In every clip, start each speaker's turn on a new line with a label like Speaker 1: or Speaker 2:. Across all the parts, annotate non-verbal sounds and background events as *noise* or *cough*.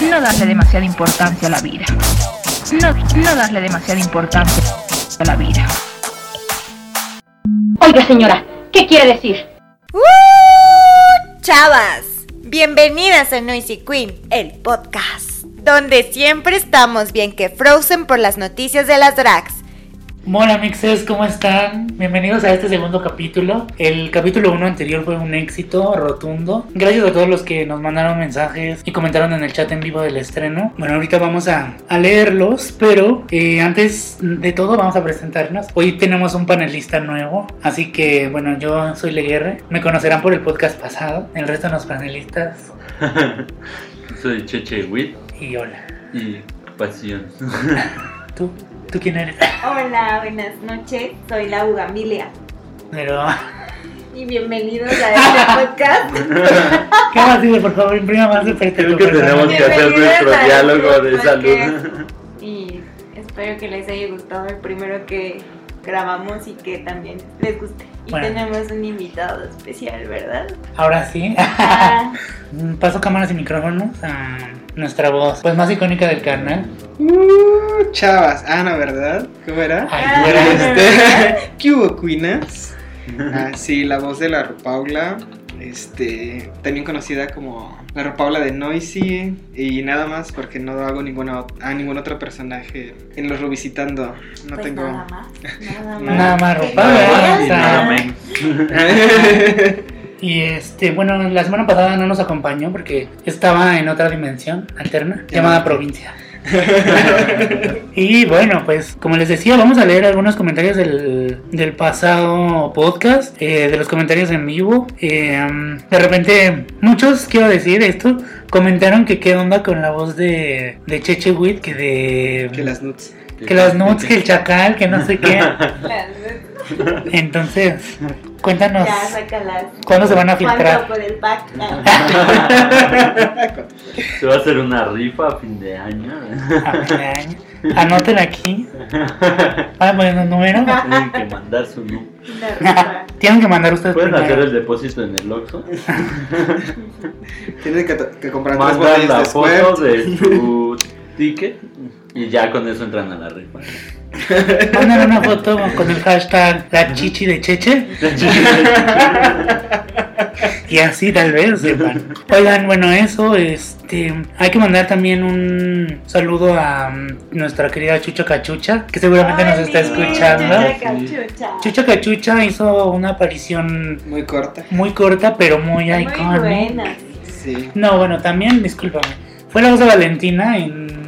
Speaker 1: No darle demasiada importancia a la vida. No, no darle demasiada importancia a la vida.
Speaker 2: Oiga, señora, ¿qué quiere decir?
Speaker 3: ¡Uh! ¡Chavas! Bienvenidas a Noisy Queen, el podcast, donde siempre estamos bien que frozen por las noticias de las drags.
Speaker 4: Hola mixes, ¿cómo están? Bienvenidos a este segundo capítulo. El capítulo 1 anterior fue un éxito rotundo. Gracias a todos los que nos mandaron mensajes y comentaron en el chat en vivo del estreno. Bueno, ahorita vamos a, a leerlos, pero eh, antes de todo vamos a presentarnos. Hoy tenemos un panelista nuevo, así que bueno, yo soy Leguerre. Me conocerán por el podcast pasado, el resto de los panelistas.
Speaker 5: *laughs* soy Cheche Witt.
Speaker 4: Y hola.
Speaker 5: Y pasión.
Speaker 4: ¿Tú? ¿Tú quién eres?
Speaker 6: Hola, buenas noches. Soy la Ugamilia.
Speaker 4: Pero. *laughs*
Speaker 6: Y
Speaker 3: *laughs*
Speaker 6: bienvenidos a este podcast.
Speaker 4: ¿Qué más dice, por favor? Imprima más de frente.
Speaker 5: Creo que tenemos que hacer nuestro
Speaker 6: a
Speaker 5: diálogo
Speaker 6: este
Speaker 5: de salud.
Speaker 6: podcast. Y espero que les haya gustado el primero que grabamos y que también les guste. Y
Speaker 4: Bueno.
Speaker 6: tenemos un invitado especial,
Speaker 3: *laughs*
Speaker 6: ¿verdad?
Speaker 4: Ahora sí.
Speaker 6: Ah,
Speaker 4: Paso cámaras y micrófonos a nuestra voz, pues más icónica del canal.
Speaker 7: Uh, chavas, ah, no, ¿verdad? ¿Cómo era?
Speaker 4: Ay,
Speaker 6: Ah.
Speaker 4: güey.
Speaker 7: *laughs* Este, *laughs* ¿Qué hubo, cuinas? Ah, sí, la voz de la Ropaula, este, también conocida como la Ropaula de Noisy y nada más porque no hago ninguna, ot- a ningún otro personaje en los revisitando. No
Speaker 6: pues
Speaker 7: tengo...
Speaker 6: nada más. Nada más.
Speaker 4: Nada más
Speaker 5: Nada
Speaker 4: ropa.
Speaker 5: más y
Speaker 4: o sea,
Speaker 5: nada menos. *laughs*
Speaker 4: Y este, bueno, la semana pasada no nos acompañó porque estaba en otra dimensión alterna llamada provincia. *laughs* Y bueno, pues como les decía, vamos a leer algunos comentarios del, del pasado podcast, eh, de los comentarios en vivo. Eh, de repente, muchos, quiero decir esto, comentaron que qué onda con la voz de, de Cheche Wit, que de...
Speaker 7: *laughs* que las *laughs* nuts.
Speaker 4: que las nuts, que el chacal, que no sé *laughs* qué.
Speaker 6: Las-
Speaker 4: Entonces, cuéntanos,
Speaker 6: Ya, sácalas.
Speaker 4: ¿cuándo se van a
Speaker 6: ¿Cuánto
Speaker 4: filtrar?
Speaker 6: por el pack? Ah,
Speaker 5: Se va a hacer una rifa a fin de año.
Speaker 4: Ah. Ay, Anoten
Speaker 5: *laughs*
Speaker 4: aquí, Ah, van poniendo un número.
Speaker 5: Tienen que mandar su número.
Speaker 6: una rifa.
Speaker 4: Tienen que mandar ustedes
Speaker 5: Pueden hacer
Speaker 4: primero.
Speaker 5: el depósito en el Oxxo.
Speaker 7: Tienes que, to- que comprar tres
Speaker 5: Mandan la
Speaker 7: botellas de
Speaker 5: foto
Speaker 7: Squirt.
Speaker 5: de *laughs* su ticket. Y ya con eso entran a la rifa.
Speaker 4: Pongan una foto con el hashtag la chichi de Cheche. Y así tal vez sepan. Oigan, bueno, eso, este. Hay que mandar también un saludo a mm, nuestra querida Chucho Cachucha, que seguramente nos
Speaker 6: Ay,
Speaker 4: está
Speaker 6: mi
Speaker 4: escuchando.
Speaker 6: chucha, cachucha.
Speaker 4: Chucho Cachucha hizo una aparición
Speaker 7: Muy corta.
Speaker 4: muy corta, pero muy
Speaker 6: Muy
Speaker 4: icónica.
Speaker 6: buena.
Speaker 7: Sí.
Speaker 4: No, bueno, también, discúlpame. Fue la voz de Valentina en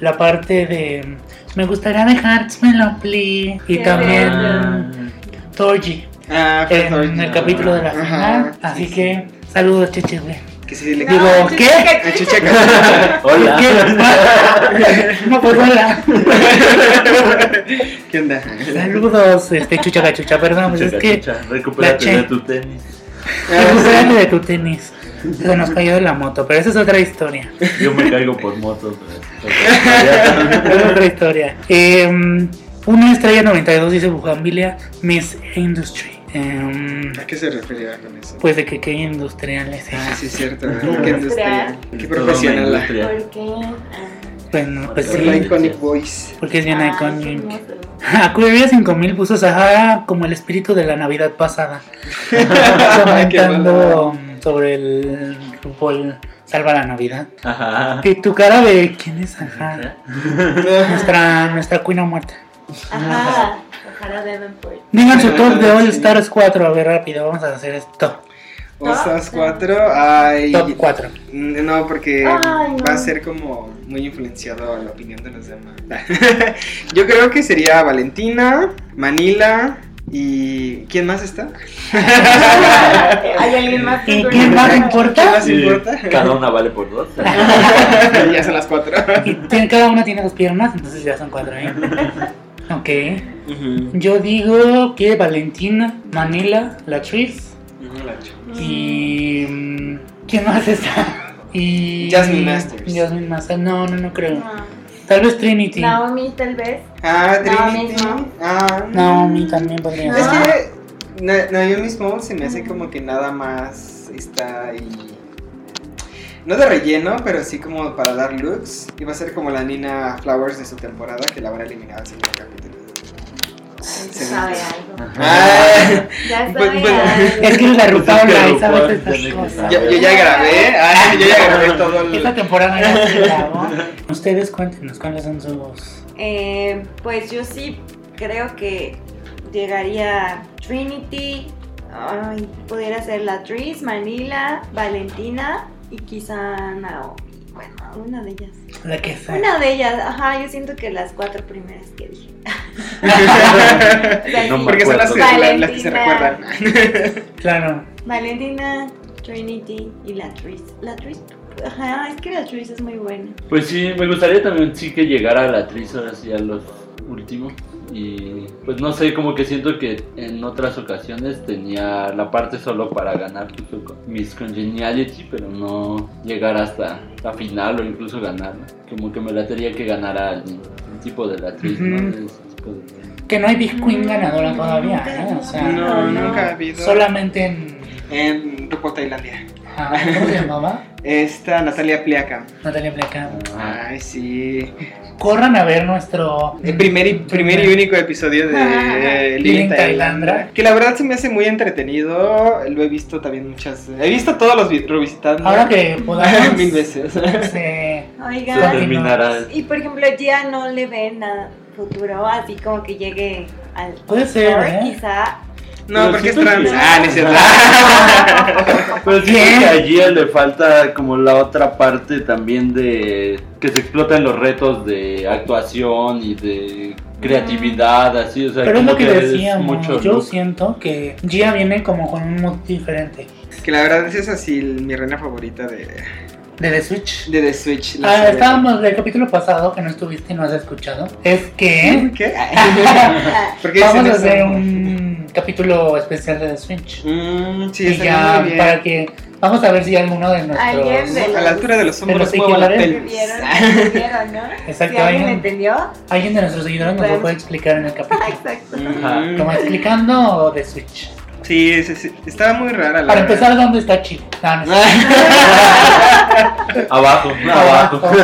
Speaker 4: la parte de. Me gustaría dejármelo, please. Y
Speaker 6: Qué
Speaker 4: también
Speaker 5: Ah,
Speaker 4: Torji
Speaker 7: Ah, fue
Speaker 4: en el
Speaker 7: Thorgy.
Speaker 4: capítulo de la
Speaker 7: Ajá,
Speaker 4: final.
Speaker 7: sí,
Speaker 4: Así
Speaker 7: sí.
Speaker 4: que, saludos, cheche, güey.
Speaker 7: Que sí, le
Speaker 4: Digo,
Speaker 6: No,
Speaker 4: ¿qué?
Speaker 6: chucha,
Speaker 7: Ah,
Speaker 6: cachucha.
Speaker 7: chicha, cachucha.
Speaker 5: Hola. *laughs*
Speaker 4: ¿Qué? no, pues hola.
Speaker 7: ¿Qué onda?
Speaker 4: Saludos, este, chucha cachucha, perdón, pues es que.
Speaker 5: Chacachucha, Recupérate
Speaker 4: la che-
Speaker 5: de tu tenis.
Speaker 4: Me gusta el de tu tenis. Se nos cayó de la moto, pero esa es otra historia.
Speaker 5: Yo me caigo por moto. pero-
Speaker 4: Es
Speaker 7: *laughs*
Speaker 4: otra historia. Em, una estrella 92 dice Bujambilia Miss Industry. Em,
Speaker 7: ¿A qué se refería con eso?
Speaker 4: pues de que qué industrial es
Speaker 7: Ah,
Speaker 4: esa.
Speaker 7: sí, es cierto. ¿verdad? Qué industrial.
Speaker 5: *laughs*
Speaker 7: Qué
Speaker 5: Toda una
Speaker 7: profesional. la-
Speaker 5: industria.
Speaker 6: ¿Por qué? Ah,
Speaker 4: Bueno, pues
Speaker 7: Por la
Speaker 4: sí, *laughs*
Speaker 7: Iconic Voice.
Speaker 4: porque es bien Ah,
Speaker 6: ay,
Speaker 4: icónica.
Speaker 6: qué hermoso.
Speaker 4: Acuaria 5000 puso Sahara como el espíritu de la Navidad
Speaker 7: *laughs*
Speaker 4: pasada. Comentando mm, sobre el fútbol Salva la Navidad.
Speaker 5: Ajá.
Speaker 4: Que tu cara de quién es Sahara. Nuestra, nuestra cuina muerta.
Speaker 6: Ajá. Ojalá
Speaker 4: *laughs*
Speaker 6: Davenport.
Speaker 4: Digan su top de All Stars 4. A ver, rápido, vamos a hacer esto.
Speaker 7: Osas 4. Ay.
Speaker 4: Top 4.
Speaker 7: mm, No, porque
Speaker 6: Ay, no.
Speaker 7: va a ser como muy influenciado a la opinión de los demás. *laughs* Yo creo que sería Valentina, Manila y. ¿Quién
Speaker 4: *laughs*
Speaker 7: más está? *laughs*
Speaker 6: ¿Hay alguien más?
Speaker 4: ¿Y
Speaker 6: con
Speaker 4: quién más
Speaker 6: una-
Speaker 7: ¿Quién
Speaker 4: importa?
Speaker 7: más importa?
Speaker 5: Cada una vale
Speaker 4: *laughs*
Speaker 5: por dos.
Speaker 4: Ah,
Speaker 7: ya son las 4.
Speaker 4: Y tiene- cada una tiene dos piernas, entonces ya son cuatro, ¿eh? Ok. Yo digo que Valentina, Manila, la Tris y. mm, ¿Quién más está? Y.
Speaker 7: Jasmine Masters.
Speaker 4: Jasmine Masters. No, no, no creo.
Speaker 6: Ah,
Speaker 4: Tal vez Trinity. No,
Speaker 6: Naomi, tal vez.
Speaker 7: Ah, Trinity.
Speaker 6: mismo.
Speaker 7: Ah,
Speaker 4: a mí también podría
Speaker 6: No.
Speaker 7: Es
Speaker 4: ser.
Speaker 7: que Na- Naomi Small se me hace como que nada más está ahí. No de relleno, pero sí como para dar looks. Y va a ser como la Nina Flowers de su temporada, que la van a eliminar al siguiente capítulo.
Speaker 6: Sabe algo.
Speaker 7: Ah,
Speaker 6: Ya
Speaker 7: Pues,
Speaker 6: sabe
Speaker 7: bueno.
Speaker 4: *laughs*
Speaker 6: algo.
Speaker 4: Es que eres la Rupaula y
Speaker 5: Rupaula
Speaker 4: sabes estas
Speaker 5: tiene que
Speaker 4: cosas.
Speaker 5: saber.
Speaker 7: yo, yo ya grabé, ah, yo ya grabé todo
Speaker 4: Esta
Speaker 7: el...
Speaker 4: temporada ya se grabó. Ustedes cuéntenos cuáles son sus.
Speaker 6: Eh, pues yo sí creo que llegaría Trinity, ay, pudiera ser la Tris, Manila, Valentina y quizá Naomi. Bueno, una de ellas.
Speaker 4: La que sea.
Speaker 6: Una de ellas, ajá, yo siento que las cuatro primeras que
Speaker 4: *laughs*
Speaker 6: dije. O sea,
Speaker 5: No
Speaker 6: sí,
Speaker 7: *laughs* Porque son las que,
Speaker 6: Valentina.
Speaker 7: las que se recuerdan.
Speaker 4: Claro.
Speaker 6: Valentina, Trinity y la Tris. La Tris, ajá, es que la Tris es muy buena.
Speaker 5: Pues sí, me gustaría también sí que llegara la actriz ahora sí a los últimos. Y pues no sé, como que siento que en otras ocasiones tenía la parte solo para ganar justo con mis congeniality, pero no llegar hasta la final o incluso ganarla. Como que me la tenía que ganar a alguien, un tipo de la actriz, ¿no?
Speaker 4: Ujú.
Speaker 5: Ese tipo de-
Speaker 4: Que no hay Big Queen ganadora todavía, ¿eh? O sea,
Speaker 7: No, nunca ha habido.
Speaker 4: solamente en.
Speaker 7: En RuPaul Tailandia.
Speaker 4: ah, ¿Cómo se llamaba?
Speaker 7: Esta Natalia Pliaca.
Speaker 4: Natalia Pleca.
Speaker 5: Ah,
Speaker 7: Ay, sí.
Speaker 4: Corran a ver nuestro. Mm,
Speaker 7: El primer y, primer y único episodio de
Speaker 4: Living
Speaker 7: Living
Speaker 4: Tailandra.
Speaker 7: Tailandra. Que la verdad se me hace muy entretenido. Lo he visto también muchas. He visto todos los vi- revisitando.
Speaker 4: Ahora
Speaker 7: *laughs*
Speaker 4: que podamos. este,
Speaker 7: Mil
Speaker 5: *laughs*
Speaker 7: veces.
Speaker 4: se-
Speaker 5: Se
Speaker 4: Claro.
Speaker 6: Oigan,
Speaker 5: terminará.
Speaker 6: y por ejemplo, ya no le ve nada futuro, así como que llegue al.
Speaker 4: Puede ser,
Speaker 6: Thor,
Speaker 4: ¿eh?
Speaker 6: Quizá.
Speaker 7: No,
Speaker 5: Pero
Speaker 7: porque es
Speaker 5: siento
Speaker 7: trans.
Speaker 5: que-
Speaker 7: Ah, no es cierto.
Speaker 5: Pero sí
Speaker 4: ¿Qué?
Speaker 5: creo que allí le falta como la otra parte también de que se explotan los retos de actuación y de creatividad, así, o sea,
Speaker 4: Pero es
Speaker 5: como
Speaker 4: lo que
Speaker 5: es
Speaker 4: decíamos.
Speaker 5: mucho
Speaker 4: yo
Speaker 5: look.
Speaker 4: siento que Gia viene como con un mood diferente.
Speaker 7: *laughs* Que la verdad es esa sí, mi reina favorita de,
Speaker 4: De The Switch.
Speaker 7: de The Switch. la
Speaker 4: Ah,
Speaker 7: serie.
Speaker 4: estábamos del capítulo pasado que no estuviste y no has escuchado. Es que
Speaker 7: ¿Qué? ¿Por qué
Speaker 4: Ah, vamos
Speaker 7: dicen
Speaker 4: a
Speaker 7: eso?
Speaker 4: hacer un capítulo especial de The Switch.
Speaker 7: Mm, sí,
Speaker 4: y
Speaker 7: estaría
Speaker 4: ya
Speaker 7: muy bien.
Speaker 4: para que vamos a ver si alguno de
Speaker 6: Alguien
Speaker 4: nuestros
Speaker 6: de-
Speaker 7: A la altura de los hombros
Speaker 4: Pero sí
Speaker 7: muevo la
Speaker 4: que la
Speaker 6: ¿Me
Speaker 7: pelvis. *laughs*
Speaker 6: vieron? ¿Me vieron, no?
Speaker 4: Exacto,
Speaker 6: Si alguien
Speaker 4: ahí.
Speaker 6: entendió.
Speaker 4: alguien de nuestros seguidores nos lo
Speaker 6: Bueno.
Speaker 4: puede explicar en el capítulo.
Speaker 6: Exacto.
Speaker 5: Ajá.
Speaker 4: Como explicando The Switch.
Speaker 7: Sí, sí, sí, estaba muy rara la
Speaker 4: Para empezar, ¿dónde está Chile? No, no es cierto.
Speaker 5: Abajo, abajo.
Speaker 4: Abajo.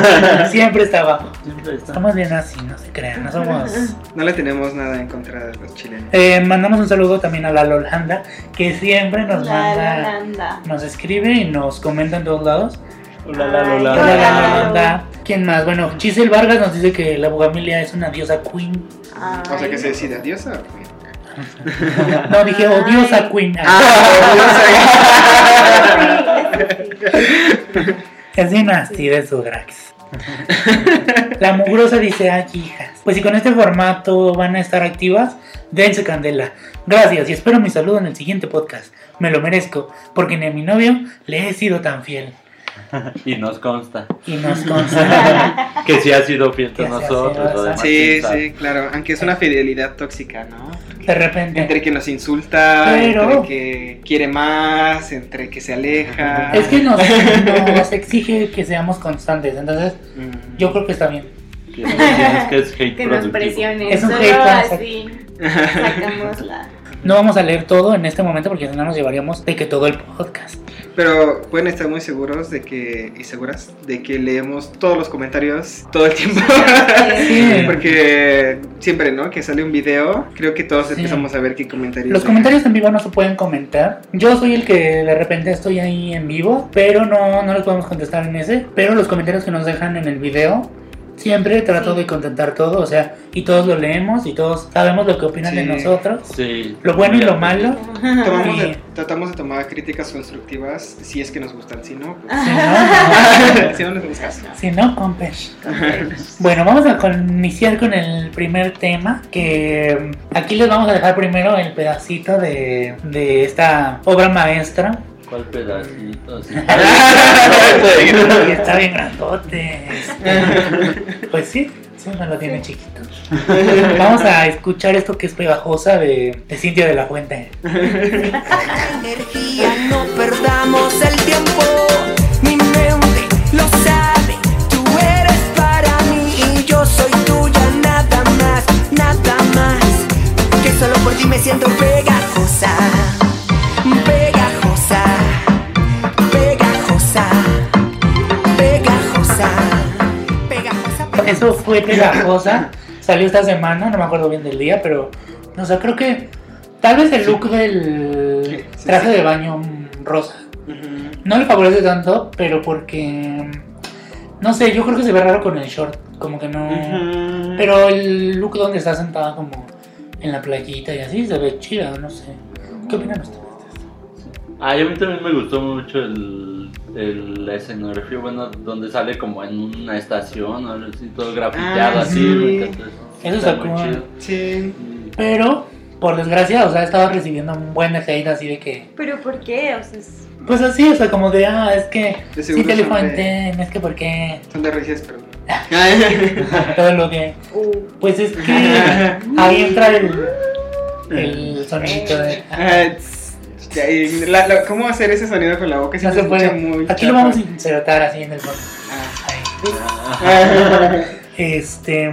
Speaker 4: Siempre está abajo.
Speaker 5: Siempre está.
Speaker 4: Estamos bien así, no se crean, no somos.
Speaker 7: No le tenemos nada en contra de los chilenos.
Speaker 4: Eh, mandamos un saludo también a la Lolanda, que siempre nos
Speaker 6: La
Speaker 4: manda.
Speaker 6: Lolanda.
Speaker 4: Nos escribe y nos comenta en todos lados.
Speaker 5: Hola, la, la, la,
Speaker 6: Ay,
Speaker 4: Hola, la
Speaker 5: la, la, la.
Speaker 4: Lolanda. ¿Quién más? Bueno, Chisel Vargas nos dice que la Bugamilia es una diosa queen.
Speaker 7: O sea
Speaker 6: *laughs*
Speaker 7: que se decide adiós a Queen.
Speaker 4: No, dije odiosa queen. Es bien así de su drax. La mugrosa dice, ay hijas, pues si con este formato van a estar activas, dense candela. Gracias y espero mi saludo en el siguiente podcast. Me lo merezco, porque ni a mi novio le he sido tan fiel.
Speaker 5: Y nos consta
Speaker 4: Y nos consta.
Speaker 5: que sí ha sido fiel
Speaker 4: Que
Speaker 5: con
Speaker 4: sí ha sido,
Speaker 5: nosotros. lo demás
Speaker 7: *laughs* Sí,
Speaker 5: quién sabe.
Speaker 7: sí, claro. Aunque es una fidelidad tóxica,
Speaker 4: *laughs*
Speaker 7: ¿no?
Speaker 4: De repente.
Speaker 7: Entre que nos insulta,
Speaker 4: Pero-
Speaker 7: entre que quiere más, entre que se aleja.
Speaker 4: Es que nos, nos exige que seamos constantes, entonces
Speaker 7: Mm.
Speaker 4: yo creo que está bien.
Speaker 5: Que no tienes que es hate
Speaker 6: Que nos
Speaker 5: productivo.
Speaker 6: presionen.
Speaker 4: Es un
Speaker 6: Solo
Speaker 4: hate concept.
Speaker 6: así sacamos la.
Speaker 4: No vamos a leer todo en este momento porque si no nos llevaríamos de que todo el podcast.
Speaker 7: Pero pueden estar muy seguros de que, y seguras, de que leemos todos los comentarios todo el tiempo.
Speaker 4: Sí.
Speaker 7: *laughs* Porque siempre, ¿no? Que sale un video, creo que todos
Speaker 4: Sí.
Speaker 7: empezamos a ver qué comentarios.
Speaker 4: Los comentarios en vivo no se pueden comentar. Yo soy el que de repente estoy ahí en vivo, pero no, no los podemos contestar en ese. Pero los comentarios que nos dejan en el video, siempre trato
Speaker 6: Sí.
Speaker 4: de contentar todo, o sea, y todos lo leemos y todos sabemos lo que opinan de
Speaker 7: Sí.
Speaker 4: nosotros.
Speaker 5: Sí.
Speaker 4: Lo bueno y
Speaker 5: Ya.
Speaker 4: lo malo.
Speaker 7: Tomamos de-
Speaker 4: Sí.
Speaker 7: tratamos de tomar críticas constructivas si es que nos gustan, si no, pues,
Speaker 4: Si
Speaker 7: *laughs*
Speaker 4: no,
Speaker 7: si no les buscas.
Speaker 4: no, si no, compes. Bueno, vamos a con- iniciar con el primer tema, que mm, aquí les vamos a dejar primero el pedacito de, de esta obra maestra.
Speaker 5: ¿Cuál pedacito? Sí.
Speaker 4: Y *laughs* está bien grandote. este. Pues sí, sí, no lo tiene chiquito. Vamos a escuchar esto que es pegajosa de, de Cintia de la Fuente.
Speaker 8: energía, no perdamos el tiempo. Mi mente lo sabe, tú eres para mí y yo soy tuya, nada más, nada más. Que solo por ti me siento pegajosa, pegajosa, pegajosa,
Speaker 4: eso fue pegajosa. Salió esta semana, no me acuerdo bien del día, pero. O sea, creo que. Tal vez el look del
Speaker 7: Sí, sí,
Speaker 4: traje
Speaker 7: sí.
Speaker 4: de baño mm, rosa
Speaker 7: Ujú.
Speaker 4: no le favorece tanto, pero porque. No sé, yo creo que se ve raro con el short. Como que no.
Speaker 7: Ujú.
Speaker 4: Pero el look donde está sentada como en la playita y así se ve chida, no sé. ¿Qué opinan ustedes?
Speaker 5: Ah, y a mí también me gustó mucho el, el- la escenografía, bueno, donde sale como en una estación o algo así, todo grafiteado
Speaker 7: Ah,
Speaker 5: así.
Speaker 7: sí.
Speaker 5: me encantó eso.
Speaker 4: Eso está
Speaker 5: muy
Speaker 4: cool.
Speaker 5: chido.
Speaker 7: Sí.
Speaker 5: Y-
Speaker 4: Pero, por desgracia, o sea, he estado recibiendo un buen de hate así de que.
Speaker 6: *laughs* ¿Pero por qué? O sea, es-
Speaker 4: Pues así, o sea, como de, ah, es que.
Speaker 7: De
Speaker 4: Sí,
Speaker 7: seguro
Speaker 4: te le
Speaker 7: son de-
Speaker 4: cuenten, es que por qué.
Speaker 7: Son de
Speaker 4: *laughs*
Speaker 7: raíces, *laughs* pero.
Speaker 4: Todo lo que.
Speaker 6: uh,
Speaker 4: Pues es
Speaker 7: *laughs*
Speaker 4: que. Ahí entra el.
Speaker 7: Eh.
Speaker 4: El sonidito de.
Speaker 7: *laughs* Ah, tss, ya, y la- la- ¿Cómo hacer ese sonido con la boca? Sí
Speaker 4: No se
Speaker 7: escucha
Speaker 4: puede.
Speaker 7: muy
Speaker 4: Aquí lo vamos a
Speaker 7: chafa.
Speaker 4: insertar así en el fondo. *laughs*
Speaker 7: Ah.
Speaker 4: Ahí.
Speaker 7: Ah.
Speaker 4: Este,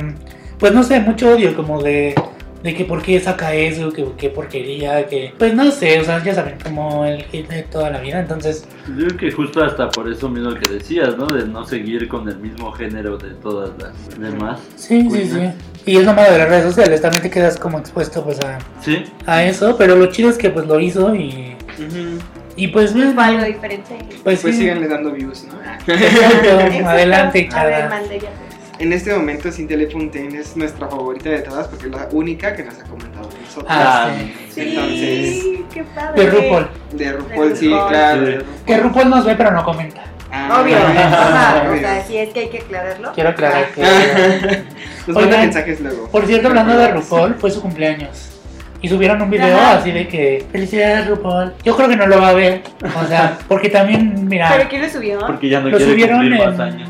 Speaker 4: pues no sé, mucho odio como de, de que por qué saca eso, que qué porquería, que pues no sé, o sea, ya saben, como el hit de toda la vida, entonces,
Speaker 5: Yo creo que justo hasta por eso mismo que decías, ¿no? De no seguir con el mismo género de todas las demás.
Speaker 4: sí, sí, sí. Y es lo malo de las redes sociales, también te quedas como expuesto pues a,
Speaker 5: Sí,
Speaker 4: a eso, pero lo chido es que pues lo hizo y,
Speaker 7: *laughs* Ujú.
Speaker 4: y pues bueno,
Speaker 6: algo diferente.
Speaker 4: pues,
Speaker 7: Pues
Speaker 4: sí, *laughs*
Speaker 7: síganle dando views, ¿no? Ah,
Speaker 4: exacto, adelante,
Speaker 6: A ver,
Speaker 4: chava.
Speaker 6: mande ya.
Speaker 7: En este momento Cintia Lepuntaine es nuestra favorita de todas porque es la única que nos ha comentado de nosotros.
Speaker 4: Ah,
Speaker 5: Ah,
Speaker 4: sí.
Speaker 6: Sí,
Speaker 7: Entonces,
Speaker 6: qué padre.
Speaker 4: De RuPaul,
Speaker 7: De RuPaul, sí,
Speaker 6: RuPaul.
Speaker 7: claro.
Speaker 5: Sí.
Speaker 7: de RuPaul.
Speaker 4: que RuPaul nos ve pero no comenta,
Speaker 7: Ah, *laughs*
Speaker 6: Obvio.
Speaker 7: ah,
Speaker 6: Ajá, o
Speaker 7: obvio.
Speaker 6: sea, sí es que hay que aclararlo.
Speaker 4: quiero aclarar que...
Speaker 7: Ah, *laughs* Nos mandan
Speaker 4: Oigan.
Speaker 7: mensajes luego.
Speaker 4: Por cierto, hablando de RuPaul, fue su cumpleaños. Y subieron un video
Speaker 6: Ajá.
Speaker 4: así de que, felicidades RuPaul. Yo creo que no lo va a ver. O *laughs* sea, porque también,
Speaker 6: ¿Pero
Speaker 4: mira,
Speaker 6: quién lo subió?
Speaker 5: porque ya no
Speaker 4: lo
Speaker 5: quiere
Speaker 4: subieron
Speaker 5: cumplir más años.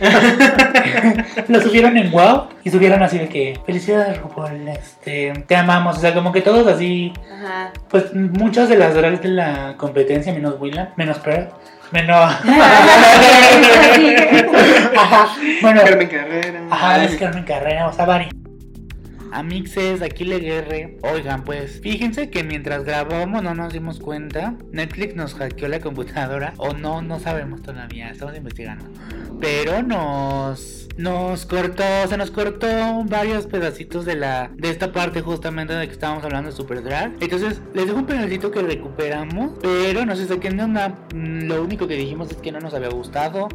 Speaker 4: en... *laughs* lo subieron en Wow y subieron así de que, felicidades RuPaul, este, te amamos. O sea, como que todos así, *laughs*
Speaker 6: Ajá. *laughs*
Speaker 4: pues muchas de las drags de la competencia, menos Willa, menos Pearl, menos... *laughs* Ajá, *laughs* bueno,
Speaker 7: Carmen Carrera.
Speaker 4: Ajá, es Carmen Carrera, o sea, Bari. Amixes, aquí le guerre. Oigan, pues, fíjense que mientras grabamos no nos dimos cuenta. Netflix nos hackeó la computadora. O no, no sabemos todavía. Estamos investigando. Pero nos. Nos cortó, se nos cortó varios pedacitos de la. De esta parte justamente de que estábamos hablando de Super Drag. Entonces, les dejo un pedacito que recuperamos. Pero no se saquen de onda. Mm, Lo único que dijimos es que no nos había gustado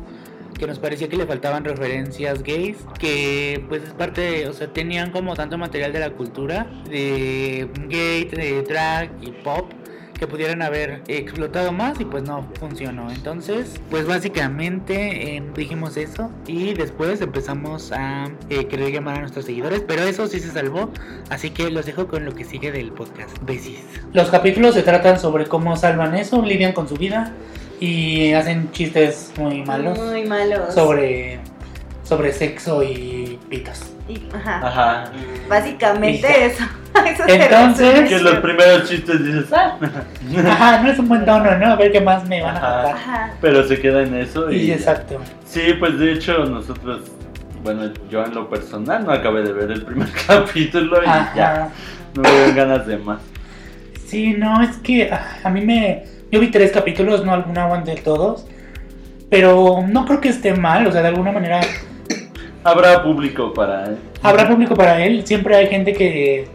Speaker 4: que nos parecía que le faltaban referencias gays, que pues es parte, de- o sea, tenían como tanto material de la cultura, de gay, de drag y pop, que pudieran haber explotado más y pues no funcionó. Entonces, pues básicamente eh, dijimos eso y después empezamos a eh, querer llamar a nuestros seguidores, pero eso sí se salvó, así que los dejo con lo que sigue del podcast. Besis. Los capítulos se tratan sobre cómo salvan eso, lidian con su vida y hacen chistes muy malos
Speaker 6: Muy malos.
Speaker 4: sobre sobre sexo y *laughs* pitos.
Speaker 6: Y- ajá.
Speaker 5: Ajá.
Speaker 6: Básicamente
Speaker 4: Hija.
Speaker 6: eso. *laughs* Eso se
Speaker 4: Entonces-
Speaker 6: resume.
Speaker 5: Que los primeros chistes dices,
Speaker 4: *laughs*
Speaker 5: ah,
Speaker 4: Ajá, no es un buen tono, ¿no? A ver qué más me van a
Speaker 5: Ajá.
Speaker 4: contar.
Speaker 6: Ajá.
Speaker 5: pero se queda en eso. Y
Speaker 4: Y
Speaker 5: ya.
Speaker 4: exacto.
Speaker 5: Sí, pues de hecho nosotros, bueno, yo en lo personal no acabé de ver el primer *laughs* capítulo y ya,
Speaker 4: Ajá.
Speaker 5: no me dieron ganas de más.
Speaker 4: Sí, no, es que ah, a mí me. Yo vi tres capítulos, no alguna aguanté todos. Pero no creo que esté mal, o sea, de alguna manera
Speaker 5: Habrá público para... ¿eh?
Speaker 4: habrá público para él. Siempre hay gente que.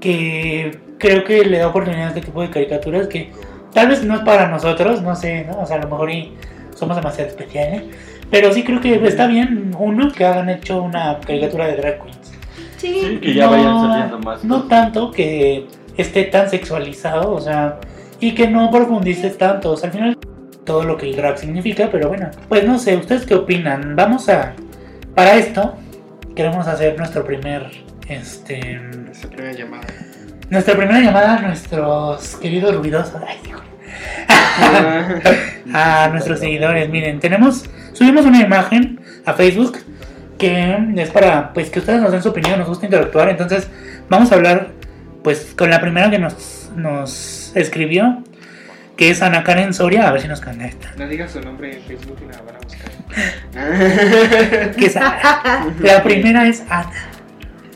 Speaker 4: que creo que le da oportunidad a este tipo de caricaturas que tal vez no es para nosotros, no sé, ¿no? O sea, a lo mejor y somos demasiado especiales. Pero sí creo que está bien uno que hagan hecho una caricatura de drag queens.
Speaker 5: Sí, que ya vayan saliendo más.
Speaker 4: No
Speaker 5: cosas.
Speaker 4: tanto que esté tan sexualizado, o sea, y que no profundices tanto, o sea, al final todo lo que el drag significa, pero bueno, pues no sé, ¿ustedes qué opinan? Vamos a, para esto, queremos hacer nuestro primer, este,
Speaker 7: Esa primera llamada.
Speaker 4: *laughs* nuestra primera llamada a nuestros queridos ruidosos, ay, hijo,
Speaker 7: Ah,
Speaker 4: a nuestros seguidores, miren, tenemos, subimos una imagen a Facebook que es para, pues, que ustedes nos den su opinión, nos gusta interactuar, entonces vamos a hablar, pues, con la primera que nos, nos escribió, que es Ana Karen Soria, a ver si nos conecta.
Speaker 7: no digas su nombre en Facebook y la van a buscar. Ah,
Speaker 4: Que es Ana. la primera es Ana,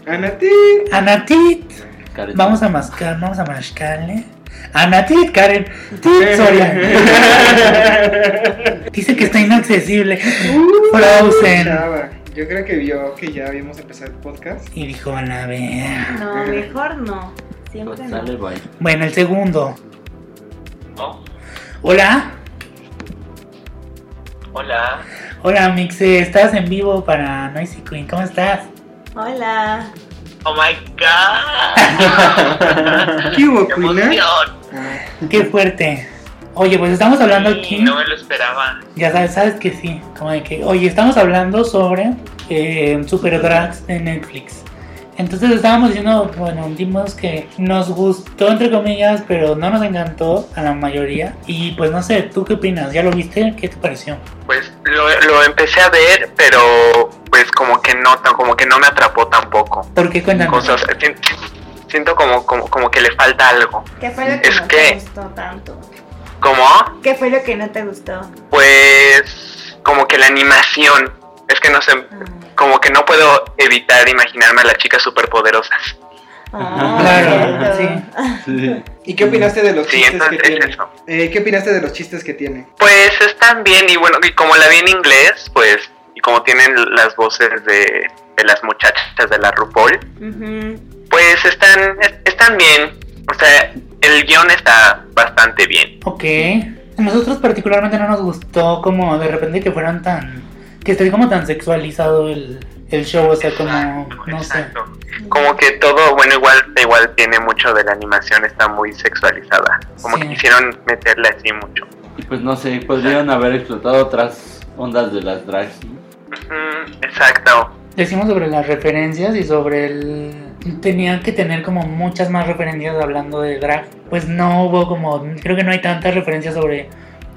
Speaker 7: Anati.
Speaker 4: Anatit,
Speaker 5: Caretón.
Speaker 4: vamos a mascar, vamos a mascarle, Anatit, Karen, Tit
Speaker 7: *laughs*
Speaker 4: Soria, dice que está inaccesible, Frozen.
Speaker 7: Chava. Yo creo que vio que ya habíamos empezado el
Speaker 4: *laughs*
Speaker 7: podcast.
Speaker 4: Y dijo, a la ver.
Speaker 6: No, mejor no. Siempre no.
Speaker 4: *laughs*
Speaker 5: Sale, bye.
Speaker 4: Bueno, el segundo. Hola.
Speaker 9: Hola,
Speaker 4: Hola, Mixe. Estás en vivo para Noisy Queen. ¿Cómo estás?
Speaker 6: Hola.
Speaker 9: oh my god,
Speaker 7: ¿Qué hubo, Ah.
Speaker 9: qué
Speaker 7: Queen?
Speaker 9: emoción.
Speaker 4: Qué fuerte. Oye, pues estamos hablando
Speaker 9: Sí,
Speaker 4: aquí.
Speaker 9: no me lo esperaba.
Speaker 4: Ya sabes, sabes que sí. Como de que, oye, estamos hablando sobre eh, Super Drags de Netflix. Entonces estábamos diciendo, bueno, dimos que nos gustó, entre comillas, pero no nos encantó a la mayoría. Y pues no sé, ¿tú qué opinas? ¿Ya lo viste? ¿Qué te pareció?
Speaker 9: Pues lo, lo empecé a ver, pero pues como que no, tan- como que no me atrapó tampoco.
Speaker 4: ¿Por qué cuéntanos?
Speaker 9: Cosas, si- siento como, como, como que le falta algo.
Speaker 6: ¿Qué fue lo que
Speaker 9: Es
Speaker 6: no
Speaker 9: que-
Speaker 6: te gustó tanto?
Speaker 9: ¿Cómo?
Speaker 6: ¿Qué fue lo que no te gustó?
Speaker 9: Pues como que la animación. Es que no sé, como que no puedo evitar imaginarme a las chicas superpoderosas.
Speaker 6: Ah,
Speaker 4: Claro,
Speaker 6: cierto.
Speaker 5: Sí.
Speaker 7: ¿Y qué opinaste de los
Speaker 9: Sí,
Speaker 7: chistes que
Speaker 9: entonces es
Speaker 7: tiene?
Speaker 9: eso.
Speaker 7: Eh, ¿Qué opinaste de los chistes que tiene?
Speaker 9: Pues están bien y bueno, y como la vi en inglés, pues, y como tienen las voces de, de las muchachas de la RuPaul,
Speaker 6: Ujú.
Speaker 9: Pues están, es- están bien. O sea, el guión está bastante bien.
Speaker 4: Ok. A nosotros particularmente no nos gustó como de repente que fueran tan... Que esté como tan sexualizado el, el show, o sea, como... No sé.
Speaker 9: Como que todo, bueno, igual igual tiene mucho de la animación, está muy sexualizada. Como
Speaker 4: Sí.
Speaker 9: que quisieron meterla así mucho.
Speaker 5: Y pues no sé, podrían haber explotado otras ondas de las drags,
Speaker 4: *laughs*
Speaker 5: ¿no?
Speaker 9: Ujú, exacto.
Speaker 4: Decimos sobre las referencias y sobre el... Tenían que tener como muchas más referencias hablando de drag. Pues no hubo como... Creo que no hay tantas referencias sobre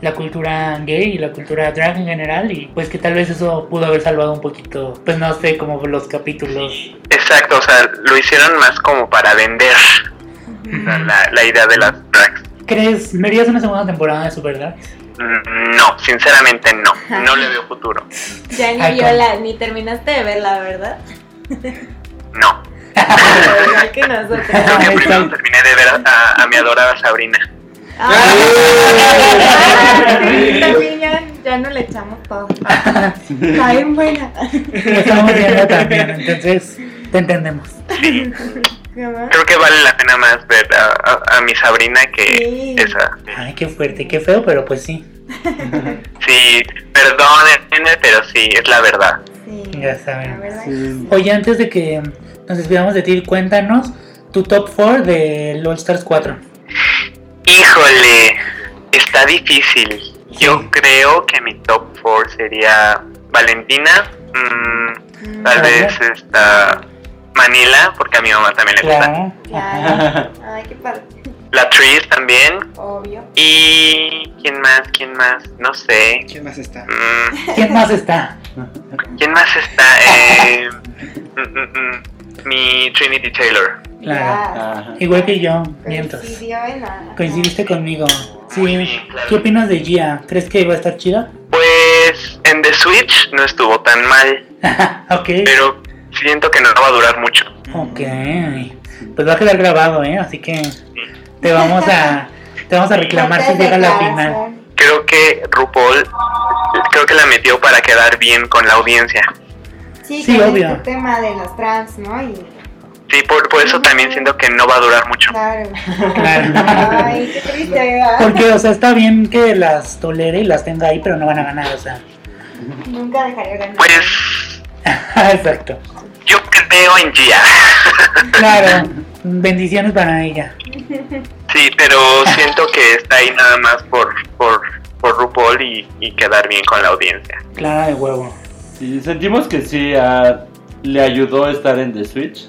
Speaker 4: la cultura gay y la cultura drag en general y pues que tal vez eso pudo haber salvado un poquito pues no sé como los capítulos
Speaker 9: Exacto, o sea, lo hicieron más como para vender o sea, la, la idea de las drags.
Speaker 4: ¿crees? ¿verías una segunda temporada de Super Drag?
Speaker 9: Mm, No, sinceramente no. No le veo futuro.
Speaker 6: Ya ni
Speaker 4: Ay,
Speaker 6: vio
Speaker 4: con-
Speaker 6: la, ni terminaste de verla, ¿verdad?
Speaker 9: No.
Speaker 6: Igual que nosotros.
Speaker 9: Creo que
Speaker 4: Exacto.
Speaker 9: primero terminé de ver a- a- a mi adorada Sabrina.
Speaker 5: *laughs*
Speaker 6: Ah, sí, también ya, ya no le echamos todo. Está bien buena.
Speaker 4: Lo estamos viendo también, *laughs* entonces te entendemos.
Speaker 6: *laughs* ¿Qué más?
Speaker 9: Creo que vale la pena más ver a, a- a mi Sabrina
Speaker 6: Sí.
Speaker 9: que esa.
Speaker 4: Ay, qué fuerte, qué feo, pero pues sí,
Speaker 9: Sí, perdónenme, pero sí, es la verdad.
Speaker 6: Sí.
Speaker 4: ya
Speaker 6: La
Speaker 4: saben.
Speaker 6: verdad.
Speaker 4: Oye, antes de que nos despidamos de ti, cuéntanos tu top 4 del All Stars 4.
Speaker 9: Híjole, está difícil. Yo creo que mi top 4 sería Valentina, mm, tal
Speaker 4: Ajá.
Speaker 9: vez esta Manila, porque a mi mamá también le gusta.
Speaker 4: Claro.
Speaker 6: Claro. Ay, qué padre.
Speaker 9: La Tris también.
Speaker 6: Obvio.
Speaker 9: Y. ¿Quién más? ¿Quién más? No sé.
Speaker 7: ¿Quién más está?
Speaker 9: Mm,
Speaker 4: ¿Quién más está?
Speaker 9: ¿Quién más está? Eh, mm, mm, mm, mi Trinity Taylor.
Speaker 4: Claro.
Speaker 5: Ajá.
Speaker 4: Igual que yo, mientras.
Speaker 6: Coincidió en la-
Speaker 4: Coincidiste conmigo.
Speaker 9: Muy
Speaker 4: Sí.
Speaker 9: bien, claro.
Speaker 4: ¿Qué opinas de Gia? ¿Crees que va a estar chida?
Speaker 9: Pues en The Switch no estuvo tan mal,
Speaker 4: ok.
Speaker 9: pero siento que no va a durar mucho.
Speaker 4: Ok. Pues va a quedar grabado, ¿eh? Así que te vamos a, te vamos a reclamar si
Speaker 6: Fuertes
Speaker 4: llega a la final.
Speaker 6: declaraciones.
Speaker 9: Creo que RuPaul, creo que la metió para quedar bien con la audiencia.
Speaker 6: Sí,
Speaker 4: Sí,
Speaker 6: con
Speaker 4: obvio.
Speaker 6: este tema de las trans, ¿no? Y
Speaker 9: Sí, por, por eso también siento que no va a durar mucho.
Speaker 6: claro.
Speaker 4: Claro.
Speaker 6: Ay, qué triste, ¿verdad?
Speaker 4: Porque, o sea, está bien que las tolere y las tenga ahí, pero no van a ganar, o sea. *laughs*
Speaker 6: Nunca dejaría ganar.
Speaker 9: Pues
Speaker 4: Ah, Exacto.
Speaker 9: yo creo en Gia.
Speaker 4: Claro. Bendiciones para ella.
Speaker 9: Sí, pero siento que está ahí nada más por, por, por RuPaul y, y quedar bien con la audiencia.
Speaker 4: Clara de huevo.
Speaker 5: Sí, sentimos que sí ah, le ayudó a estar en The Switch,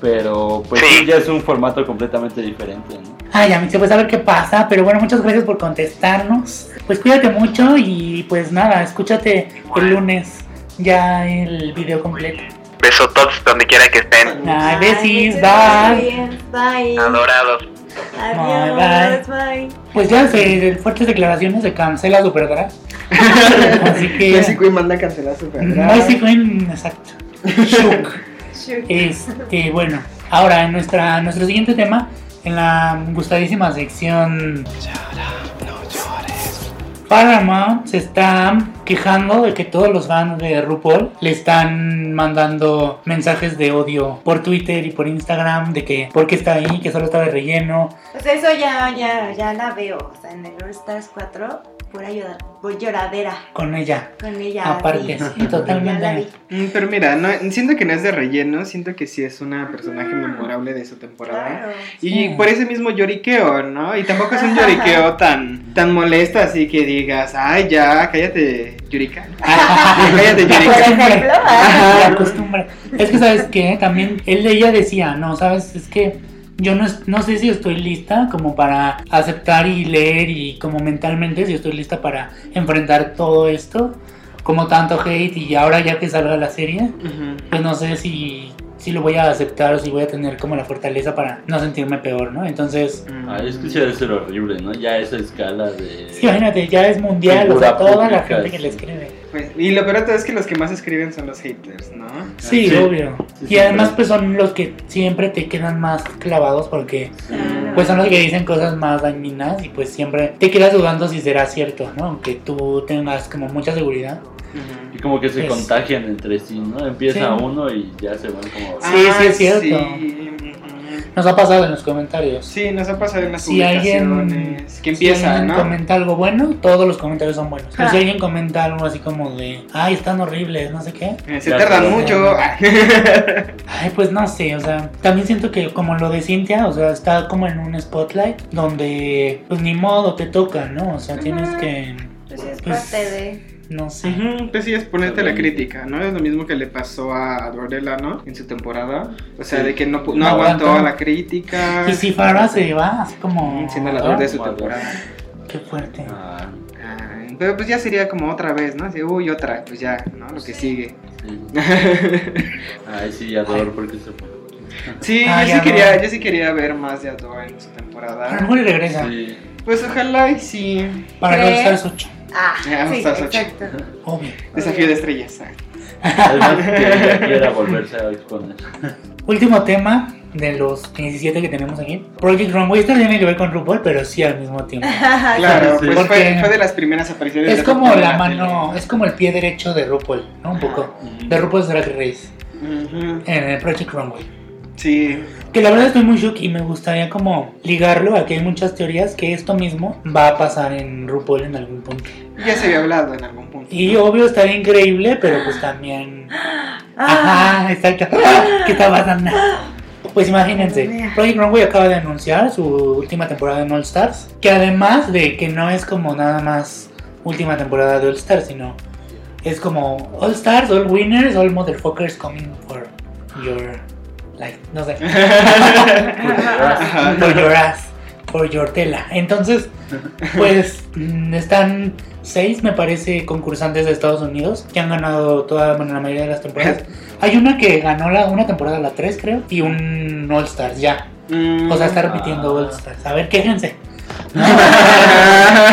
Speaker 5: pero pues
Speaker 9: Sí.
Speaker 5: sí, ya es un formato completamente diferente, ¿no?
Speaker 4: Ay, pues, a mí se puede saber qué pasa, pero bueno, muchas gracias por contestarnos. Pues cuídate mucho y pues nada, escúchate el lunes ya el video completo.
Speaker 9: Beso todos donde quiera que estén.
Speaker 4: Ay,
Speaker 6: Ay,
Speaker 4: besis,
Speaker 6: muchas
Speaker 4: bye.
Speaker 6: gracias. Bye.
Speaker 9: Adorados.
Speaker 6: Adiós. Bye.
Speaker 4: Pues ya se, fuertes declaraciones se cancela Super Drag. Así que.
Speaker 7: Messi Queen manda a cancelar su carrera.
Speaker 4: No, sí, Queen, exacto. Shook. Este, bueno, ahora en nuestra, nuestro siguiente tema, en la gustadísima sección. Paramount se está quejando de que todos los fans de RuPaul le están mandando mensajes de odio por Twitter y por Instagram de que por qué está ahí, que solo está de relleno.
Speaker 6: Pues eso ya, ya, ya la veo. O sea, en el All Stars 4, pura llora- voy lloradera
Speaker 4: con ella.
Speaker 6: con ella.
Speaker 4: Aparte,
Speaker 6: así.
Speaker 4: sí, totalmente.
Speaker 6: Ya la vi.
Speaker 7: Mm, Pero mira, no, siento que no es de relleno, siento que sí es una personaje memorable de su temporada.
Speaker 6: Mm. Claro.
Speaker 7: Y por ese mismo lloriqueo, ¿no? Y tampoco es un
Speaker 6: *laughs*
Speaker 7: lloriqueo tan, tan molesto, así que digas, ay, ya, cállate, Yurika. *laughs*
Speaker 6: *laughs*
Speaker 7: cállate, Yurika.
Speaker 6: ejemplo,
Speaker 4: Se *laughs*
Speaker 7: Ajá.
Speaker 4: acostumbra. Es que, ¿sabes qué? También él, ella decía, no, ¿sabes? Es que yo no, es- no sé si estoy lista como para aceptar y leer y como mentalmente si estoy lista para enfrentar todo esto, como tanto hate y ahora ya que salga la serie,
Speaker 7: Ujú.
Speaker 4: pues no sé si, si lo voy a aceptar o si voy a tener como la fortaleza para no sentirme peor, ¿no? Entonces,
Speaker 5: Ah, es que sí debe ser horrible, ¿no? Ya esa escala de...
Speaker 4: sí, imagínate, ya es mundial, o sea,
Speaker 5: Figura
Speaker 4: toda la
Speaker 5: pública,
Speaker 4: gente que
Speaker 5: sí.
Speaker 4: le escribe.
Speaker 7: Pues, y lo peor de todo es que los que más escriben son los haters, ¿no?
Speaker 4: Sí,
Speaker 5: Sí.
Speaker 4: obvio.
Speaker 5: Sí,
Speaker 4: y
Speaker 5: sí,
Speaker 4: además
Speaker 5: claro.
Speaker 4: pues son los que siempre te quedan más clavados porque
Speaker 6: Claro.
Speaker 4: pues son los que dicen cosas más dañinas y pues siempre te quedas dudando si será cierto, ¿no? Aunque tú tengas como mucha seguridad.
Speaker 5: Y como que se
Speaker 4: Es-
Speaker 5: contagian entre sí, ¿no? Empieza
Speaker 4: Sí. Ah.
Speaker 5: uno y ya se van como...
Speaker 4: Sí, sí es cierto.
Speaker 7: Ah, Sí, ujú.
Speaker 4: Nos ha pasado en los comentarios.
Speaker 7: Sí, nos ha pasado en las
Speaker 4: Si alguien,
Speaker 7: publicaciones. Que
Speaker 4: si
Speaker 7: empieza,
Speaker 4: alguien
Speaker 7: ¿no?
Speaker 4: comenta algo bueno, todos los comentarios son buenos. Pero
Speaker 6: Ah.
Speaker 4: si alguien comenta algo así como de, ay, están horribles, no sé qué,
Speaker 7: Eh, Se
Speaker 5: Ya
Speaker 7: tardan
Speaker 5: sé.
Speaker 7: mucho. *laughs*
Speaker 4: Ay, pues no sé, o sea, también siento que como lo de Cintia, o sea, está como en un spotlight donde, pues ni modo, te toca, ¿no? O sea, tienes
Speaker 6: Ujú.
Speaker 4: que,
Speaker 6: Pues sí, es
Speaker 4: Pues-
Speaker 6: parte de.
Speaker 4: no sé.
Speaker 7: Ujú, Pues sí, es ponerte la crítica, ¿no? Es lo mismo que le pasó a Dorela, ¿no? En su temporada. O sea, de que no, pu- no
Speaker 4: No
Speaker 7: aguantó
Speaker 4: aguantó.
Speaker 7: a la crítica.
Speaker 4: Y si Farah se va, así como...
Speaker 7: Mm, Siendo la dor de su
Speaker 4: Ah,
Speaker 5: Madre.
Speaker 7: temporada.
Speaker 4: Qué fuerte.
Speaker 5: Ah,
Speaker 7: Ay, Pero pues ya sería como otra vez, ¿no? Así, uy, otra, pues ya, ¿no? Lo que sigue. *laughs*
Speaker 5: sí. Ay, sí, adoro porque se fue.
Speaker 7: Sí,
Speaker 4: Ah, ya
Speaker 7: yo sí,
Speaker 4: no. Ah,
Speaker 7: quería, yo sí quería ver más de Ador en su
Speaker 4: A lo
Speaker 7: temporada.
Speaker 4: mejor regresa
Speaker 5: Sí.
Speaker 7: Pues ojalá y sí.
Speaker 4: para
Speaker 6: ¿Crees?
Speaker 4: regresar a su ocho,
Speaker 6: Ah,
Speaker 7: Ya,
Speaker 6: sí,
Speaker 7: estás ocho.
Speaker 6: exacto. *laughs*
Speaker 4: obvio.
Speaker 7: Desafío de estrellas. ah.
Speaker 5: Además que ella quiera volverse a exponer.
Speaker 4: Último tema de los 17 que tenemos aquí. Project Runway, esto no tiene que ver con RuPaul, pero sí al mismo tiempo.
Speaker 7: Claro,
Speaker 5: sí.
Speaker 7: pues
Speaker 4: Porque-
Speaker 7: fue, fue de las primeras apariciones.
Speaker 4: Es
Speaker 7: de
Speaker 4: como
Speaker 7: RuPaul en
Speaker 4: la
Speaker 7: tele.
Speaker 4: mano, es como el pie derecho de RuPaul, ¿no? Un poco. De RuPaul's Drag Race,
Speaker 7: Ujú.
Speaker 4: en el Project Runway.
Speaker 7: Sí.
Speaker 4: Que la verdad estoy muy shock y me gustaría como ligarlo a que hay muchas teorías que esto mismo va a pasar en RuPaul en algún punto.
Speaker 7: Ya se había hablado en algún punto.
Speaker 4: Y obvio estaría increíble, pero pues también...
Speaker 6: Ah,
Speaker 4: Ajá, exacto. ¡Ah! ¿Qué está pasando? Pues imagínense, Project Runway acaba de anunciar su última temporada en All Stars, que además de que no es como nada más última temporada de All Stars, sino es como All Stars, All Winners, All Motherfuckers coming for your life, no sé. por your ass, por your tela. Entonces, pues mm, están seis, me parece, concursantes de Estados Unidos que han ganado toda bueno, la mayoría de las temporadas.
Speaker 7: Pues,
Speaker 4: Hay una que ganó la, una temporada, la 3 creo, y un All Stars ya.
Speaker 7: Mm.
Speaker 4: O sea, *laughs* está repitiendo
Speaker 5: Ah.
Speaker 4: All Stars. A ver, quéjense.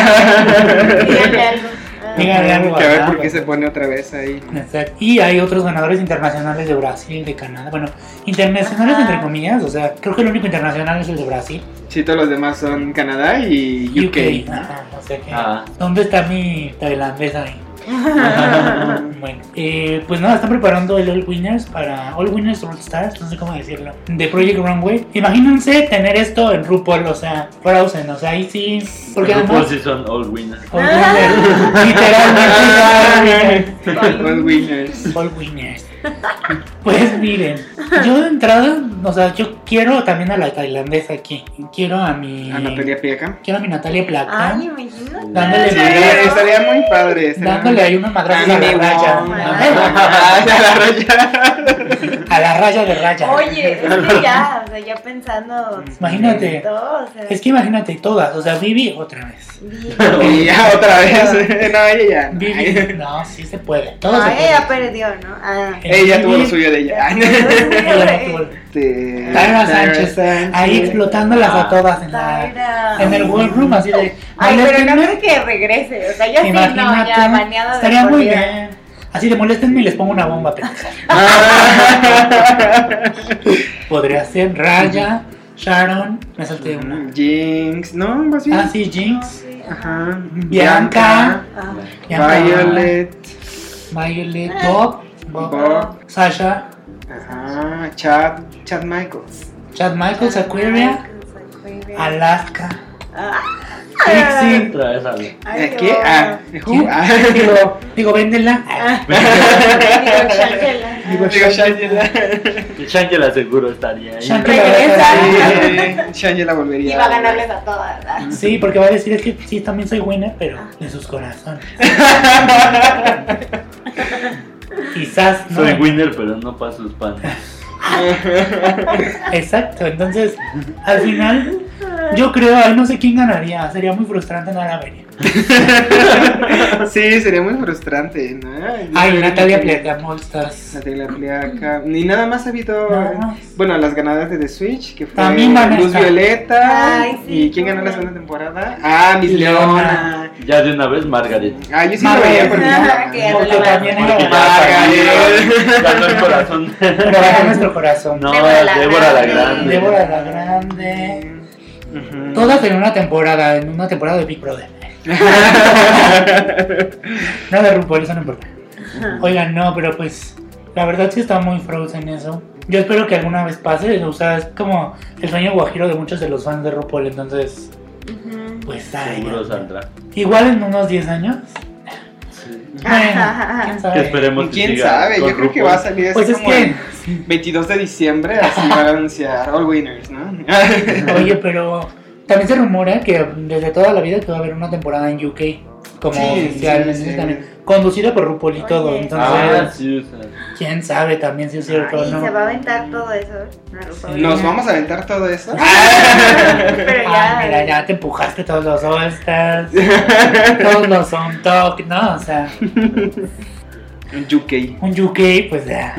Speaker 6: Díganle algo. Ah,
Speaker 4: Díganle algo.
Speaker 7: Que a ver
Speaker 4: ajá,
Speaker 7: por qué
Speaker 4: pues.
Speaker 7: se pone otra vez ahí.
Speaker 4: Exacto. Y hay otros ganadores internacionales de Brasil, de Canadá. Bueno, internacionales
Speaker 6: Ajá.
Speaker 4: entre comillas. O sea, creo que el único internacional es el de Brasil.
Speaker 7: Sí, todos los demás son Canadá y UK.
Speaker 4: Ajá, o sea que-
Speaker 5: Ah.
Speaker 4: ¿Dónde está mi tailandés ahí?
Speaker 7: Ajá.
Speaker 4: Bueno, eh, pues nada, están preparando el All Winners para All Winners All Stars, no sé cómo decirlo, de Project Runway. Imagínense tener esto en RuPaul, o sea, Frozen, o sea, ahí sí, porque
Speaker 5: RuPaul
Speaker 4: además.
Speaker 5: sí son all winners.
Speaker 4: All
Speaker 7: *laughs*
Speaker 4: Winners, literalmente.
Speaker 7: All winners.
Speaker 4: All Winners. Pues miren, yo de entrada, o sea, yo quiero también a la tailandesa aquí. Quiero a mi.
Speaker 7: A Natalia Pieca.
Speaker 4: Quiero a mi Natalia Placa.
Speaker 6: Ay, imagínate.
Speaker 4: dándole
Speaker 7: Sí,
Speaker 4: madrazo-
Speaker 7: estaría muy padre. estaría
Speaker 4: Dándole ahí una madraza a la
Speaker 7: Anime
Speaker 4: raya.
Speaker 7: Wong. *laughs*
Speaker 4: Ajá. A la raya de raya.
Speaker 6: Oye, es que ya, o sea, ya pensando.
Speaker 4: Imagínate.
Speaker 6: todo, o sea,
Speaker 4: Es que imagínate todas, o sea, Vivi otra vez.
Speaker 6: bien.
Speaker 7: Y ya otra vez. *laughs* No, ella ya. no.
Speaker 4: Vivi, no, sí se puede. Todo
Speaker 6: Ah,
Speaker 4: se puede.
Speaker 6: ella perdió, ¿no? Ah.
Speaker 7: Ella tuvo lo suyo de ella.
Speaker 4: *laughs* Ella no tuvo-
Speaker 7: Este,
Speaker 4: Tyra Sánchez, ahí explotándolas a
Speaker 5: Ah.
Speaker 4: todas en, la,
Speaker 6: Tyra.
Speaker 4: en el workroom, así de.
Speaker 6: Ay, pero no creo
Speaker 4: "Moléstenme".
Speaker 6: que regrese. O sea, ya sí, no,
Speaker 4: Imagínate,
Speaker 6: ya baneado de
Speaker 4: estaría
Speaker 6: por
Speaker 4: muy
Speaker 6: vida.
Speaker 4: bien. Así de moléstenme y les pongo una bomba pendeja. *laughs*
Speaker 7: Ah.
Speaker 4: Podría ser Raya, Sharon, me salté una.
Speaker 7: Jinx, no, más bien.
Speaker 4: Ah, sí, Jinx,
Speaker 7: Ajá.
Speaker 4: Bianca.
Speaker 6: Ah,
Speaker 4: Bianca,
Speaker 7: Violet.
Speaker 4: Violet, Bob, Bob,
Speaker 7: Bob.
Speaker 4: Sasha,
Speaker 7: Ajá. Chad. Chad Michaels.
Speaker 4: Chad Michaels, Aquaria, Alaska,
Speaker 6: Ah,
Speaker 4: Trixie.
Speaker 5: Otra vez, a ver.
Speaker 6: ay,
Speaker 7: ¿Qué?
Speaker 6: no.
Speaker 7: Ah. Who?
Speaker 4: ¿Quién?
Speaker 7: Ah.
Speaker 4: Digo, digo, véndela.
Speaker 6: *laughs* Ah. Digo, Shangela.
Speaker 7: Digo, Shangela.
Speaker 5: Shangela seguro estaría ahí.
Speaker 4: Shangela.
Speaker 7: *laughs* Sí, Shangela volvería.
Speaker 6: Y va a ganarles a todas. ¿verdad?
Speaker 4: Sí, porque va a decir es que sí, también soy buena, pero en
Speaker 6: *laughs*
Speaker 4: sus corazones. Quizás no.
Speaker 5: Soy winner, pero no para sus panes.
Speaker 4: Exacto, entonces al final yo creo, ay, no sé quién ganaría, sería muy frustrante no ganar a Beria.
Speaker 7: *laughs* Sí, sería muy frustrante, ¿no?
Speaker 4: Ay, Natalia Plata, Stars.
Speaker 7: Natalia Pliaca. Ni nada más ha habido. eh,
Speaker 4: Nada más.
Speaker 7: Bueno, las ganadoras de The Switch, que fue
Speaker 4: También van a
Speaker 7: Luz
Speaker 4: estar.
Speaker 7: Violeta.
Speaker 6: Ay, sí,
Speaker 7: ¿Y quién ganó
Speaker 6: sí.
Speaker 7: la segunda temporada? Ah, Miss
Speaker 4: Leona.
Speaker 7: Leona.
Speaker 5: Ya de una vez, Margaret.
Speaker 7: Ah, yo sí lo
Speaker 4: Marvel.
Speaker 7: veía por
Speaker 6: *laughs* Ajá,
Speaker 7: mi
Speaker 6: que ya no
Speaker 4: Porque
Speaker 6: la van a-
Speaker 4: también
Speaker 5: Porque ya
Speaker 7: Margaret.
Speaker 5: Ganó
Speaker 6: *laughs*
Speaker 5: el corazón.
Speaker 4: Pero ganó nuestro corazón.
Speaker 5: No,
Speaker 6: Débora la
Speaker 5: Débora la
Speaker 6: Grande.
Speaker 5: Grande.
Speaker 4: Débora la Grande. Todas en una temporada, en una temporada de Big
Speaker 7: *laughs*
Speaker 4: Brother. No de RuPaul, eso no importa. Oigan, no, pero pues la verdad sí está muy frozen eso. Yo espero que alguna vez pase, o sea, es como el sueño guajiro de muchos de los fans de RuPaul, entonces,
Speaker 6: Ujú.
Speaker 4: pues ay,
Speaker 5: Seguro saldrá.
Speaker 4: Igual en unos 10 años. Bueno, quién
Speaker 5: Que
Speaker 4: sabe.
Speaker 5: esperemos que
Speaker 7: ¿Quién
Speaker 5: siga
Speaker 7: sabe? Yo
Speaker 5: con
Speaker 7: creo que
Speaker 5: RuPaul.
Speaker 7: va a salir así
Speaker 4: Pues es
Speaker 7: como
Speaker 4: que,
Speaker 7: el 22 de diciembre, así van a anunciar All Winners, ¿no? *laughs*
Speaker 4: oye, pero también se rumora que desde toda la vida que va a haber una temporada en UK como
Speaker 7: Sí,
Speaker 4: oficial,
Speaker 7: sí,
Speaker 4: entonces
Speaker 7: sí.
Speaker 4: también conducida por RuPaul y
Speaker 6: Oye.
Speaker 4: todo, entonces
Speaker 5: Ah, sí, o sea,
Speaker 4: quién sabe también si es cierto o
Speaker 6: Ay,
Speaker 4: no. Ah,
Speaker 6: se va a aventar todo eso. Naruto.
Speaker 4: Sí.
Speaker 7: Nos vamos a aventar todo eso.
Speaker 4: Ah.
Speaker 6: Pero ya.
Speaker 4: Ay, Ah, mira, ya te empujaste todos
Speaker 6: *laughs*
Speaker 4: los All-Stars, todos los on top, ¿no? O sea,
Speaker 7: UK.
Speaker 4: un UK, pues ya.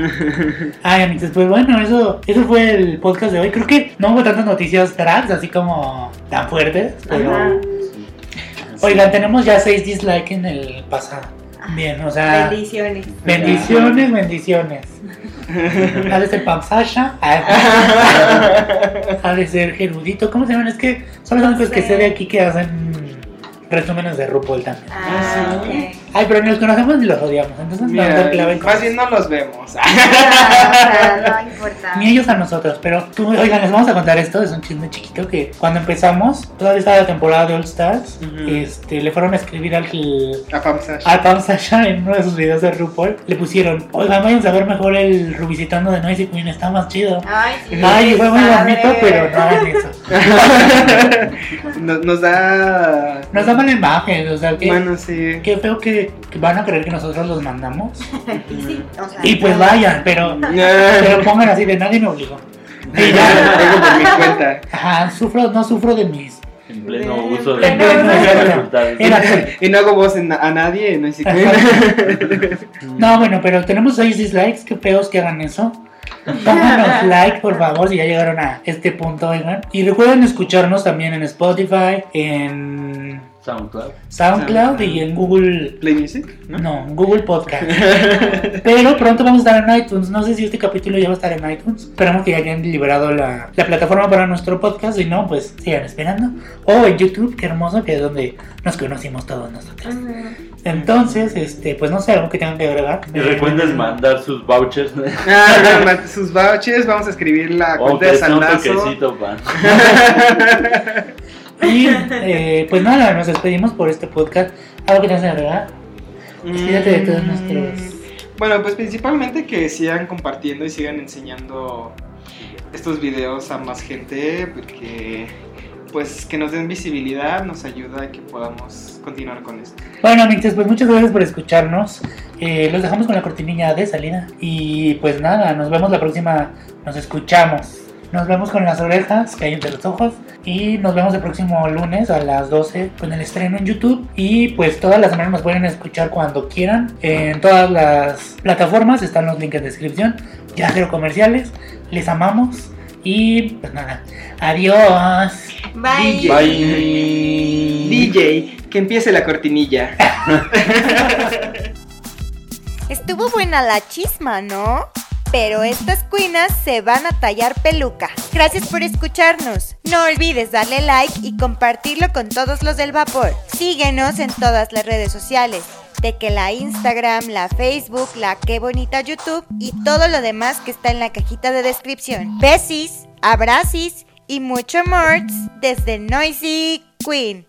Speaker 4: Ay, amigos, pues bueno, eso, eso fue el podcast de hoy. Creo que no hubo tantas noticias trans, así como tan fuertes, pero.
Speaker 6: Ajá.
Speaker 4: Oigan, tenemos ya seis dislikes en el pasado. Bien, o sea,
Speaker 6: Bendiciones.
Speaker 4: bendiciones,
Speaker 7: *laughs*
Speaker 4: bendiciones. Ha de ser Pam Sasha, Ah. ha de ser Gerudito, ¿cómo se llaman? Es que son los únicos que sé de aquí que hacen resúmenes de RuPaul también.
Speaker 6: Ah,
Speaker 4: *laughs*
Speaker 7: sí.
Speaker 6: ok.
Speaker 4: Ay, pero ni los conocemos ni los odiamos, entonces no
Speaker 7: Mira,
Speaker 4: te claven con
Speaker 7: más
Speaker 4: eso.
Speaker 7: bien no los vemos. *laughs*
Speaker 6: Ah, o sea, no importa.
Speaker 4: Ni ellos a nosotros, pero tú, oigan, les vamos a contar esto, es un chisme chiquito que cuando empezamos, todavía estaba la temporada de All Stars,
Speaker 7: Ujú.
Speaker 4: este, le fueron a escribir al,
Speaker 7: A Pam Sash.
Speaker 4: a Tom Sasha en uno de sus videos de RuPaul, le pusieron, oigan, vayan a ver mejor el Rubicitando de Noisy Queen, está más chido.
Speaker 6: Ay, Ah, sí.
Speaker 4: Ay, fue muy
Speaker 6: padre.
Speaker 4: bonito, pero no hagan eso.
Speaker 7: nos, nos da.
Speaker 4: Nos da mala imagen, o sea, que,
Speaker 7: Bueno, sí.
Speaker 4: que feo que, que van a creer que nosotros los
Speaker 6: *laughs*
Speaker 4: mandamos.
Speaker 6: Y sí, o sea,
Speaker 4: Y pues
Speaker 6: no.
Speaker 4: vayan, pero,
Speaker 7: *laughs*
Speaker 4: *laughs* pero pongan así de nadie me obligó. Y
Speaker 6: *laughs*
Speaker 4: ya.
Speaker 7: Algo por mi cuenta.
Speaker 4: Ajá, sufro, no sufro de mis
Speaker 5: en pleno uso de
Speaker 6: En
Speaker 5: de
Speaker 6: pleno uso
Speaker 4: de-
Speaker 5: las facultades.
Speaker 4: Era-
Speaker 7: Y no hago voz en- a nadie,
Speaker 4: *laughs*
Speaker 7: no siquiera.
Speaker 4: No, bueno, pero tenemos 6 dislikes, qué feos que hagan eso. Pónganos like, por favor, si ya llegaron a este punto, oigan. Y recuerden escucharnos también en Spotify, en
Speaker 5: SoundCloud.
Speaker 4: SoundCloud y en Google.
Speaker 7: Play Music, ¿no?
Speaker 4: No, en Google Podcast. Pero pronto vamos a estar en iTunes. No sé si este capítulo ya va a estar en iTunes. Esperamos que ya hayan liberado la, la plataforma para nuestro podcast. Si no, pues sigan esperando. O en YouTube, qué hermoso, que es donde nos conocimos todos nosotros.
Speaker 6: Ujú.
Speaker 4: Entonces, este, pues no sé, algo que tengan que agregar.
Speaker 5: Y recuerden mandar sus vouchers.
Speaker 7: Ah, no, ma- sus vouchers, vamos a escribir la
Speaker 5: O
Speaker 7: cuenta de
Speaker 5: un
Speaker 7: Sandazo.
Speaker 5: toquecito, pan.
Speaker 4: Y eh, pues nada, nos despedimos por este podcast. Algo que tengas que agregar. Despídete de todos
Speaker 7: Mm,
Speaker 4: nuestros.
Speaker 7: Bueno, pues principalmente que sigan compartiendo y sigan enseñando estos videos a más gente, porque pues que nos den visibilidad nos ayuda a que podamos continuar con esto.
Speaker 4: Bueno, amigos, pues muchas gracias por escucharnos. Eh, los dejamos con la cortinilla de salida. Y pues nada, nos vemos la próxima. Nos escuchamos. Nos vemos con las orejas que hay entre los ojos. Y nos vemos el próximo lunes a las 12 con el estreno en YouTube. Y pues todas las semanas nos pueden escuchar cuando quieran. En todas las plataformas están los links en descripción. Ya cero comerciales. Les amamos. Y pues nada. Adiós.
Speaker 6: Bye.
Speaker 7: DJ.
Speaker 5: Bye.
Speaker 7: DJ, que empiece la cortinilla.
Speaker 3: Estuvo buena la chisma, ¿no? Pero estas cuinas se van a tallar pelucas.
Speaker 6: Gracias por escucharnos. No olvides darle like y compartirlo con todos los del vapor. Síguenos en todas las redes sociales. De que la Instagram, la Facebook, la qué bonita YouTube y todo lo demás que está en la cajita de descripción. Besis, abrazis y mucho more desde Noisy Queen.